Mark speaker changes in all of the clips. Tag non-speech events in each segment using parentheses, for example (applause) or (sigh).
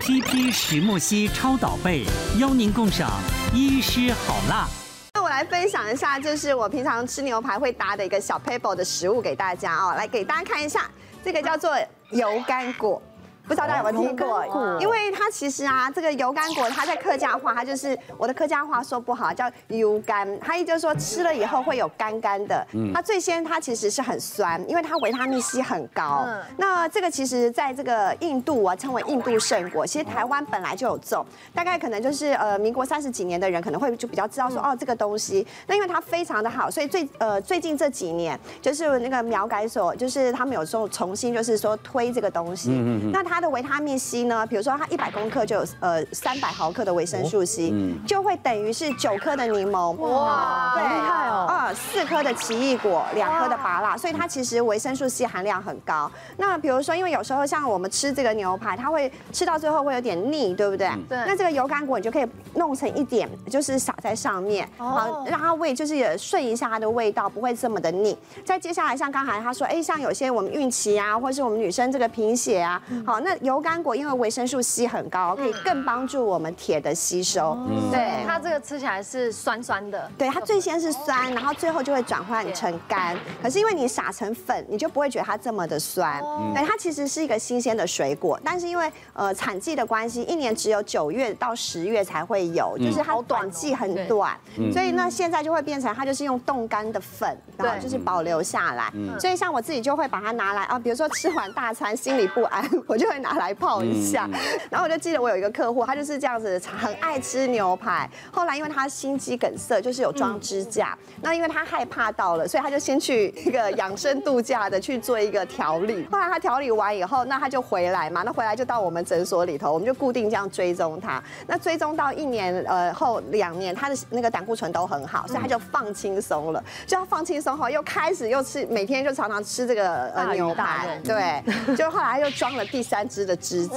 Speaker 1: CP 石墨烯超导被，邀您共赏医师好辣。
Speaker 2: 那我来分享一下，就是我平常吃牛排会搭的一个小 paper 的食物给大家哦，来给大家看一下，这个叫做油甘果。不知道大家有没有听过？因为它其实啊，这个油甘果它在客家话，它就是我的客家话说不好，叫油甘，它意思就是说吃了以后会有干干的。它最先它其实是很酸，因为它维他命 C 很高。那这个其实在这个印度啊，称为印度圣果。其实台湾本来就有种，大概可能就是呃民国三十几年的人可能会就比较知道说哦这个东西。那因为它非常的好，所以最呃最近这几年就是那个苗改所，就是他们有时候重新就是说推这个东西。那它它的维他命 C 呢，比如说它一百公克就有呃三百毫克的维生素 C，、就会等于是九颗的柠檬，哇，对，厉害哦，啊，四颗的奇异果，两颗的芭乐，所以它其实维生素 C 含量很高。那比如说，因为有时候像我们吃这个牛排，它会吃到最后会有点腻，对不对？嗯对。那这个油甘果你就可以弄成一点，就是撒在上面，好让它味就是也顺一下它的味道，不会这么的腻。再接下来像刚才他说，哎，像有些我们孕期啊，或是我们女生这个贫血啊，好那。那油甘果因为维生素 C 很高，可以更帮助我们铁的吸收。
Speaker 3: 对
Speaker 2: 对，
Speaker 3: 它这个吃起来是酸酸的，
Speaker 2: 对，它最先是酸，然后最后就会转换成干。可是因为你撒成粉，你就不会觉得它这么的酸。嗯对，它其实是一个新鲜的水果，但是因为呃产季的关系，一年只有九月到十月才会有，就是它短季很短，所以呢现在就会变成它就是用冻干的粉，然后
Speaker 3: 对
Speaker 2: 就是保留下来。所以像我自己就会把它拿来啊，比如说吃完大餐心里不安，我就会拿来泡一下。 (laughs) 然后我就记得我有一个客户，他就是这样子，很爱吃牛排。后来因为他心肌梗塞，就是有装支架，那因为他害怕到了，所以他就先去一个养生度假的去做一个调理。后来他调理完以后，那他就回来嘛，那回来就到我们诊所里头，我们就固定这样追踪他。那追踪到一年呃后两年，他的那个胆固醇都很好，所以他就放轻松了。就要放轻松后，又开始又吃，每天就常常吃这个
Speaker 3: 大
Speaker 2: 呃
Speaker 3: 鱼
Speaker 2: 牛
Speaker 3: 大
Speaker 2: 排
Speaker 3: 肉，
Speaker 2: 对，就后来又装了第三只的指甲，
Speaker 3: 哎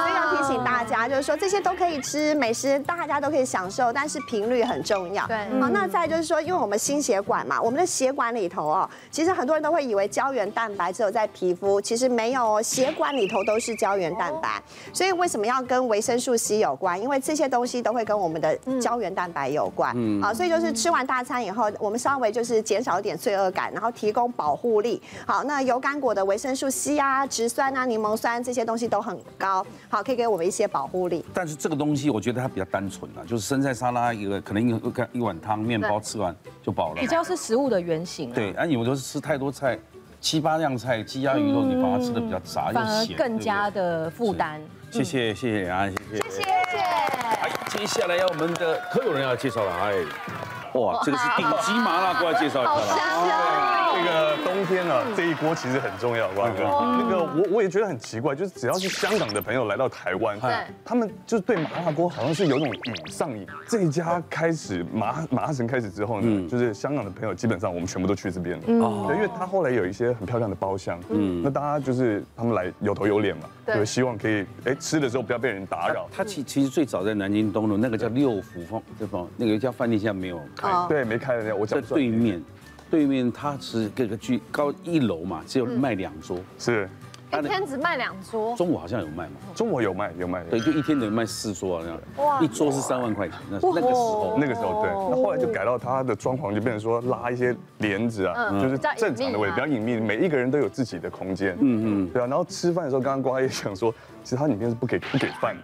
Speaker 2: 所以要提醒大家，就是说这些都可以吃，美食大家都可以享受，但是频率很重要。
Speaker 3: 对
Speaker 2: 好，那再就是说，因为我们心血管嘛，我们的血管里头哦，其实很多人都会以为胶原蛋白只有在皮肤，其实没有哦，血管里头都是胶原蛋白，所以为什么要跟维生素 C 有关？因为这些东西都会跟我们的胶原蛋白有关。啊，所以就是吃完大餐以后，我们稍微就是减少一点罪恶感，然后提供保护力。好，那油甘果的维生素 C 啊、植酸啊、柠檬酸这些东西都很高，好，可以给我们一些保护力。
Speaker 4: 但是这个东西我觉得它比较单纯啊，就是生菜沙拉一个，可能一个一碗汤面包吃完就饱了
Speaker 5: 比。较是食物的原型、啊，
Speaker 4: 对，，啊，有的是吃太多菜，七八样菜，鸡鸭鱼肉，你把它吃的比较杂
Speaker 5: 反
Speaker 4: 又
Speaker 5: 而
Speaker 4: 咸，
Speaker 5: 更加嗯
Speaker 4: 对
Speaker 5: 的负担。
Speaker 4: 不对。谢谢谢谢啊，谢谢。
Speaker 3: 谢谢。
Speaker 6: 哎，接下来要我们的柯有人要介绍了，哎，
Speaker 4: 哇，这个是顶级麻辣锅，要介绍一下了。
Speaker 5: 啊
Speaker 7: 这个冬天啊，这一锅其实很重要，瓜哥。那个我我也觉得很奇怪，就是只要是香港的朋友来到台湾
Speaker 3: 对，
Speaker 7: 他们就对麻辣锅好像是有种瘾上瘾。这一家开始麻麻辣神开始之后呢，就是香港的朋友基本上我们全部都去这边了，对，因为他后来有一些很漂亮的包厢，嗯，那大家就是他们来有头有脸嘛，
Speaker 3: 对
Speaker 7: 对，希望可以哎吃的时候不要被人打扰。
Speaker 4: 它其其实最早在南京东路那个叫六福坊，对吧？那个一家饭店现在没有开，
Speaker 2: 哦
Speaker 7: 对，没开的那我
Speaker 4: 在
Speaker 7: 讲错
Speaker 4: 对面，对面它是各个居高一楼嘛，只有卖两桌，
Speaker 7: 是
Speaker 4: 它
Speaker 3: 一
Speaker 4: 的
Speaker 3: 天只卖两桌，
Speaker 4: 中午好像有卖嘛。
Speaker 7: 中国有卖有卖，有卖
Speaker 4: 对，就一天能卖四桌啊，那
Speaker 3: 嗯哇
Speaker 4: 样，一桌是三万块钱，那那个时候，
Speaker 7: 那个时候对，
Speaker 3: 哦
Speaker 7: 那后来就改到它的装潢就变成说拉一些帘子啊，
Speaker 3: 嗯
Speaker 7: 就是
Speaker 3: 比较隐
Speaker 7: 正常的
Speaker 3: 秘
Speaker 7: 位
Speaker 3: 啊
Speaker 7: 置，比较隐秘，每一个人都有自己的空间。嗯嗯，对啊。然后吃饭的时候，刚刚瓜也讲说，其实它里面是不给不给饭的。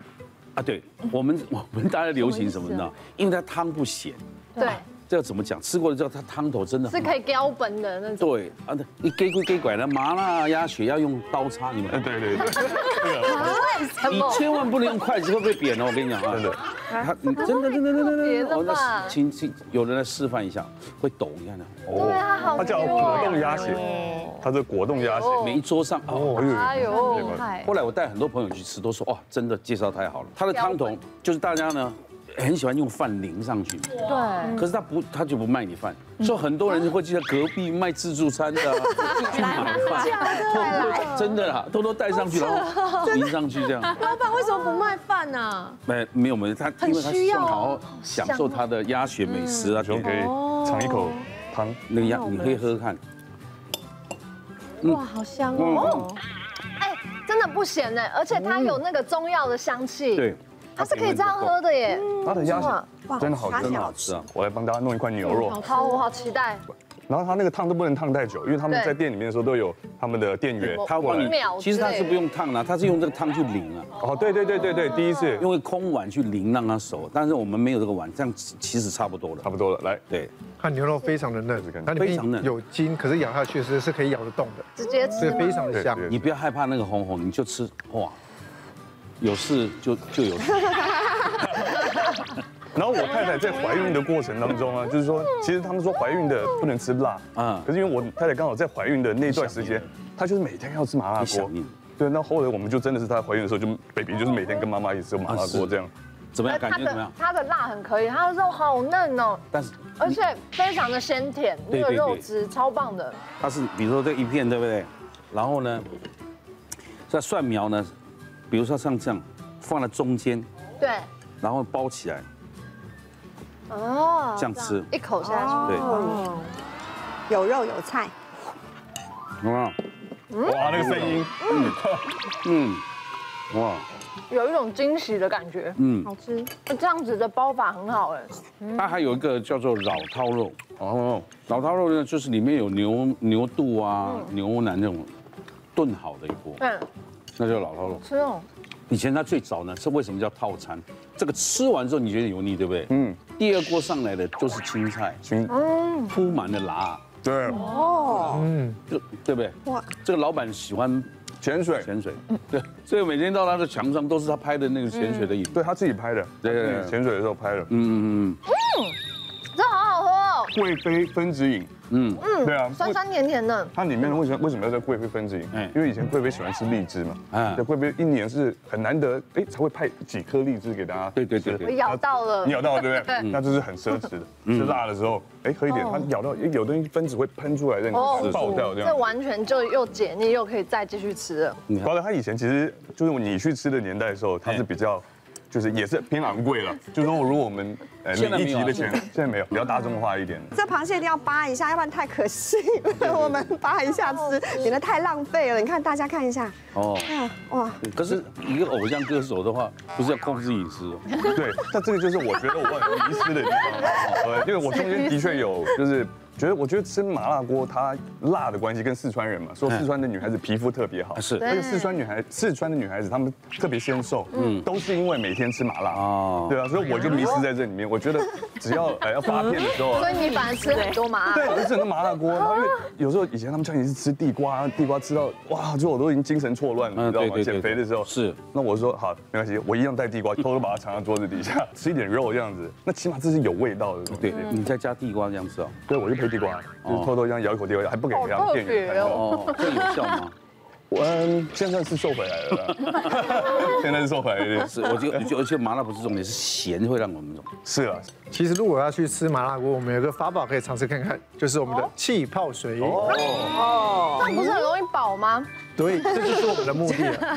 Speaker 4: 啊，对我们我们大家流行什么呢？因为它汤不咸，
Speaker 3: 对，
Speaker 4: 这要怎么讲？吃过的知道它汤头真的
Speaker 3: 是
Speaker 4: 很好
Speaker 3: 可以标本的那种。
Speaker 4: 对啊，对你给鬼给拐了，麻辣鸭血要用刀叉，
Speaker 3: (laughs)
Speaker 4: 你们
Speaker 7: (laughs)
Speaker 4: 哎
Speaker 7: 对 (laughs) 对对，
Speaker 3: 为什
Speaker 4: 你千万不能用筷子，会被扁哦，我跟你讲
Speaker 3: (laughs)
Speaker 4: 啊，
Speaker 7: 真的
Speaker 4: 它你真的真的真的真
Speaker 3: 别
Speaker 4: 的，
Speaker 3: 了
Speaker 4: 哦，
Speaker 3: 吧
Speaker 4: 那请请有人来示范一下，会抖，你看呢，
Speaker 3: 对啊，好
Speaker 7: 它哦叫
Speaker 3: 牛
Speaker 7: 果
Speaker 3: 哦
Speaker 7: 冻鸭血，它是果冻鸭血。
Speaker 3: 哦
Speaker 4: 每一桌上哦。
Speaker 3: 哎呦，
Speaker 7: 害
Speaker 4: 后来我带很多朋友去吃，都说哇，真的介绍太好了。它的汤头就是大家呢很喜欢用饭淋上去，
Speaker 5: 对，
Speaker 4: 可是他不，他就不卖你饭，所以很多人会去他隔壁卖自助餐的、啊，就去买饭，真的啦，偷偷带上去，然后淋上去这样。
Speaker 5: 老板为什么不卖饭呢、啊？
Speaker 4: 没没有没有，他因为他希望好好享受他的鸭血美食啊，
Speaker 7: 有时候
Speaker 4: 就
Speaker 7: 可以尝一口汤，
Speaker 4: 那个鸭，你可以喝喝看。嗯
Speaker 5: 哇，好香哦！
Speaker 3: 哎，真的不咸呢，而且它有那个中药的香气，
Speaker 4: 嗯对，
Speaker 3: 它是可以这样喝的耶。
Speaker 7: 它的鸭血
Speaker 2: 哇
Speaker 7: 真的好
Speaker 2: 鸭血
Speaker 7: 吃，
Speaker 4: 真的好吃啊！
Speaker 7: 我来帮大家弄一块牛肉，
Speaker 3: 好，我好期待。
Speaker 7: 然后它那个烫都不能烫太久，因为他们
Speaker 3: 对
Speaker 7: 在店里面的时候都有他们的店员，
Speaker 4: 它
Speaker 3: 五
Speaker 4: 帮你
Speaker 3: 秒，
Speaker 4: 其实它是不用烫的，它是用这个汤去淋啊，
Speaker 7: 哦，对对对对对，第一次
Speaker 4: 用空碗去淋让它熟，但是我们没有这个碗，这样其实差不多了
Speaker 7: 差。不多了，来，
Speaker 4: 对，
Speaker 8: 它牛肉非常的嫩，它里
Speaker 4: 非常嫩
Speaker 8: 面有筋，可是咬下去是是可以咬得动的，
Speaker 3: 直接
Speaker 8: 所
Speaker 3: 吃
Speaker 8: 以
Speaker 3: 吗
Speaker 8: 非常的香。
Speaker 7: 对对
Speaker 4: 你不要害怕那个红红，你就吃哇，有事就就有
Speaker 7: (laughs)
Speaker 4: 事。
Speaker 7: 然后我太太在怀孕的过程当中啊，就是说，其实他们说怀孕的不能吃辣
Speaker 4: 嗯
Speaker 7: 啊，可是因为我太太刚好在怀孕的那段时间，她就是每天要吃麻辣
Speaker 4: 你想
Speaker 7: 锅
Speaker 4: 念。
Speaker 7: 对，那后来我们就真的是她怀孕的时候，就 baby 就是每天跟妈妈一起吃麻辣
Speaker 4: 啊是
Speaker 7: 锅这样。
Speaker 4: 怎么样？感
Speaker 3: 它
Speaker 4: 觉怎么
Speaker 3: 的
Speaker 4: 样？
Speaker 3: 它的辣很可以，它的肉好嫩哦，
Speaker 4: 但是
Speaker 7: 呃
Speaker 3: 而且非常的鲜甜，
Speaker 4: 对
Speaker 3: 那个
Speaker 4: 对
Speaker 3: 肉
Speaker 4: 对
Speaker 3: 质超棒的。
Speaker 4: 它是比如说这一片对不对？然后呢，这蒜苗呢，比如说像这样放在中间，
Speaker 3: 对，
Speaker 4: 然后包起来
Speaker 3: 哦，
Speaker 4: 这样吃，
Speaker 3: 一口下去，
Speaker 5: 哦
Speaker 4: 对，
Speaker 2: 有肉有菜，
Speaker 4: 有没有？
Speaker 7: 哇，那个声音，
Speaker 4: 嗯，哇，
Speaker 3: 有一种惊喜的感觉。
Speaker 4: 嗯，
Speaker 5: 好吃。
Speaker 3: 这样子的包法很好哎，
Speaker 4: 它还有一个叫做老饕肉，哦，老饕肉呢，就是里面有牛牛肚啊、牛腩这种炖好的一锅，
Speaker 3: 嗯，
Speaker 4: 那叫老饕肉。
Speaker 3: 吃哦，
Speaker 4: 以前它最早呢是为什么叫套餐？这个吃完之后你觉得油腻，对不对？嗯。
Speaker 7: 嗯，
Speaker 4: 第二锅上来的就是青菜，
Speaker 7: 群
Speaker 4: 铺满了辣，
Speaker 7: 对
Speaker 8: 嗯，
Speaker 4: 就对不对？
Speaker 2: 哇
Speaker 4: 哇，这个老板喜欢
Speaker 7: 潜水，
Speaker 4: 潜水， (laughs) 对，所以每天到他的墙上都是他拍的那个潜水的影片。
Speaker 7: 对他自己拍的，
Speaker 4: 对对对
Speaker 7: 嗯潜水的时候拍的，
Speaker 4: 嗯嗯
Speaker 3: 这好好喝哦，
Speaker 7: 贵妃分子饮，
Speaker 4: 嗯嗯，
Speaker 7: 对啊，
Speaker 3: 酸酸甜甜的，
Speaker 7: 它里面为什么为什么要叫贵妃分子饮
Speaker 4: 哎？
Speaker 7: 因为以前贵妃喜欢吃荔枝嘛，
Speaker 4: 哎
Speaker 7: 那贵妃一年是很难得，哎，才会派几颗荔枝给大家。
Speaker 4: 对对对嗯
Speaker 3: 我
Speaker 4: 对，
Speaker 3: 咬到了
Speaker 7: 你，咬到了对不
Speaker 3: (laughs) 对
Speaker 7: 对？那就是很奢侈的。 (laughs) 吃辣的时候，哎，喝一点，它咬到诶有东西分子会喷出来，让
Speaker 3: 哦
Speaker 7: 你爆掉这
Speaker 3: 这
Speaker 7: 样。
Speaker 3: 完全就又解腻又可以再继续吃了，
Speaker 4: 你看哎
Speaker 7: 包括它以前其实就是你去吃的年代的时候，它是比较。就是也是偏昂贵了，就是说如果我们呃
Speaker 4: 现在
Speaker 7: 领一
Speaker 4: 没有
Speaker 7: 级
Speaker 4: 啊
Speaker 7: 的钱，现在没有，比较大众化一点。
Speaker 2: 这螃蟹一定要扒一下，要不然太可惜 (laughs) 了。我们扒一下吃，免得太浪费了。你看大家看一下，
Speaker 4: 哦。
Speaker 2: 嗯，哇，
Speaker 4: 可是一个偶像歌手的话，不是要控制饮食哦，
Speaker 7: 对，那这个就是我觉得我很遗失的地方， (laughs) 呃，因为我中间的确有，就是觉得我觉得吃麻辣锅它辣的关系跟四川人嘛，说四川的女孩子皮肤特别好，
Speaker 4: 嗯啊是
Speaker 7: 而且四川女孩四川的女孩子她们特别纤瘦，嗯，都是因为每天吃麻辣
Speaker 4: 哦
Speaker 7: 啊，对啊，所以我就迷失在这里面，我觉得只要呃要发片的时候啊。
Speaker 3: 所以你反而吃很多麻辣
Speaker 7: 对，，我就整个麻辣锅，然后因为有时候以前他们家也是吃地瓜，地瓜吃到哇，就我都已经精神错乱了，
Speaker 4: 嗯
Speaker 7: 你知道
Speaker 4: 对
Speaker 7: 吗？
Speaker 4: 对对
Speaker 7: 减肥的时候
Speaker 4: 是
Speaker 7: 那我说好，没关系，我一样带地瓜，偷偷把它藏到桌子底下，吃一点肉这样子，那起码这是有味道的东西。
Speaker 4: 对，哦你再加地瓜这样吃哦，
Speaker 7: 对，我就配地瓜，就是偷偷这样咬一口地瓜，还不给人
Speaker 3: 好
Speaker 7: 家
Speaker 3: 特
Speaker 7: 店员看
Speaker 3: 别
Speaker 7: 到。
Speaker 4: 哦，这有效吗？
Speaker 7: 我
Speaker 4: 哦
Speaker 7: 嗯，现在是瘦回来
Speaker 3: (laughs)
Speaker 7: 了啦，现在是瘦回来了，
Speaker 4: 是，我就就而且麻辣不是重点，是咸会让我们重。
Speaker 7: 是啊，
Speaker 8: 其实如果要去吃麻辣锅，我们有个法宝可以尝试看看，就是我们的气泡水。哦，
Speaker 3: 这样不是很容易饱吗？
Speaker 8: 对，这就是我们的目的了。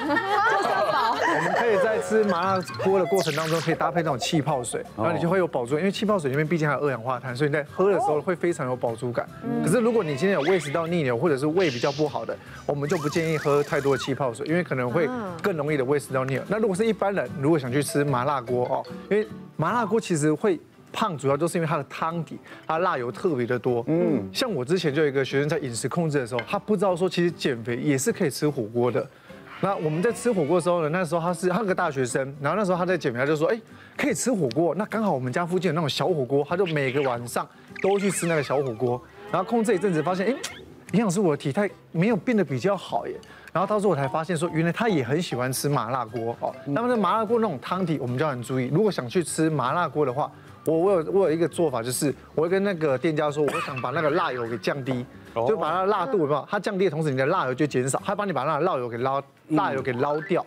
Speaker 8: 我们可以在吃麻辣锅的过程当中，可以搭配那种气泡水，然后你就会有饱足感，因为气泡水里面毕竟还有二氧化碳，所以你在喝的时候会非常有饱足感。可是如果你今天有胃食道逆流或者是胃比较不好的，我们就不建议喝太多的气泡水，因为可能会更容易的胃食道逆流。那如果是一般人，如果想去吃麻辣锅哦，因为麻辣锅其实会。胖主要都是因为它的汤底，它辣油特别的多。嗯，像我之前就有一个学生在饮食控制的时候，他不知道说其实减肥也是可以吃火锅的。那我们在吃火锅的时候呢，那时候他是啊他是个大学生，然后那时候他在减肥，他就说，哎，可以吃火锅。那刚好我们家附近有那种小火锅，他就每个晚上都去吃那个小火锅，然后控制一阵子，发现，哎，营养师我的体态没有变得比较好耶。然后到时候我才发现说，原来他也很喜欢吃麻辣锅哦。那么那麻辣锅那种汤底，我们就要很注意。如果想去吃麻辣锅的话，我我有我有一个做法，就是我会跟那个店家说，我想把那个辣油给降低，就把它的辣度有没有？它降低的同时，你的辣油就减少，它帮你把那个辣油给捞辣油给捞掉。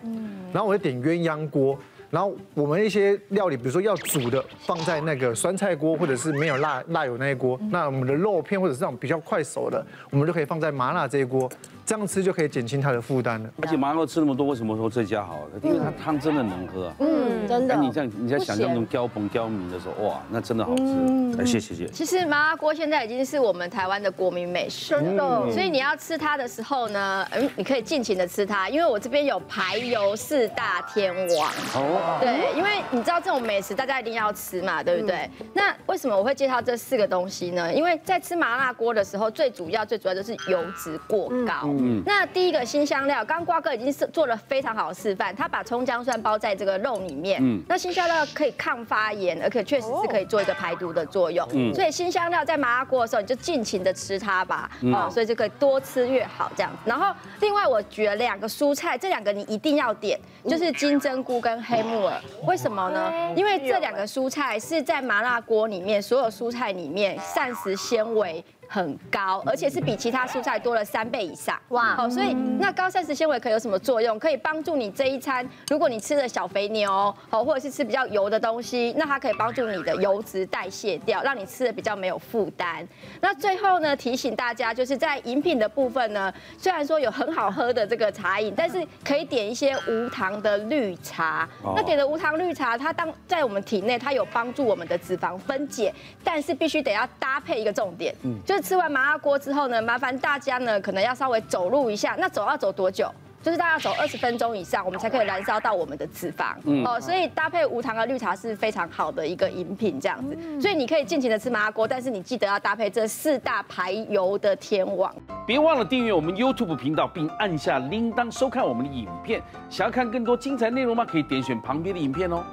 Speaker 8: 然后我就点鸳鸯锅。然后我们一些料理，比如说要煮的，放在那个酸菜锅，或者是没有辣辣油那一锅。那我们的肉片或者是那种比较快熟的，我们就可以放在麻辣这一锅。这样吃就可以减轻他的负担了。
Speaker 4: 而且麻辣锅吃那么多，为什么说这家好？因为它汤真的能喝啊。
Speaker 5: 嗯，真
Speaker 4: 那
Speaker 5: 的。
Speaker 4: 你这样，你在想象那种浇蓬浇米的时候，哇，那真的好
Speaker 5: 嗯
Speaker 4: 吃。哎，谢谢谢谢。
Speaker 9: 其实麻辣锅现在已经是我们台湾的国民美食，真的。所以你要吃它的时候呢，嗯，你可以尽情的吃它，因为我这边有排油四大天王。
Speaker 4: 哦，
Speaker 9: 对，因为你知道这种美食大家一定要吃嘛，对不对？那为什么我会介绍这四个东西呢？因为在吃麻辣锅的时候，最主要最主要就是油脂过高。那第一个新香料，刚刚瓜哥已经是做了非常好的示范，他把葱姜蒜包在这个肉里面。
Speaker 4: 嗯
Speaker 9: 那新香料可以抗发炎，而且确实是可以做一个排毒的作用。所以新香料在麻辣锅的时候，你就尽情的吃它吧。哦，所以就可以多吃越好这样子。然后另外我举了两个蔬菜，这两个你一定要点，就是金针菇跟黑木耳。为什么呢？因为这两个蔬菜是在麻辣锅里面所有蔬菜里面膳食纤维。很高，而且是比其他蔬菜多了三倍以上。哇！哦，所以那高膳食纤维可以有什么作用？可以帮助你这一餐，如果你吃了小肥牛，哦，或者是吃比较油的东西，那它可以帮助你的油脂代谢掉，让你吃的比较没有负担。那最后呢，提醒大家，就是在饮品的部分呢，虽然说有很好喝的这个茶饮，但是可以点一些无糖的绿茶。那点的无糖绿茶，它当在我们体内，它有帮助我们的脂肪分解，但是必须得要搭配一个重点，就是吃完麻辣锅之后呢，麻烦大家呢，可能要稍微走路一下。那走要走多久？就是大家要走二十分钟以上，我们才可以燃烧到我们的脂肪。哦，所以搭配无糖的绿茶是非常好的一个饮品，这样子。所以你可以尽情的吃麻辣锅，但是你记得要搭配这四大排油的天王。
Speaker 6: 别忘了订阅我们 YouTube 频道，并按下铃铛收看我们的影片。想要看更多精彩内容吗？可以点选旁边的影片哦。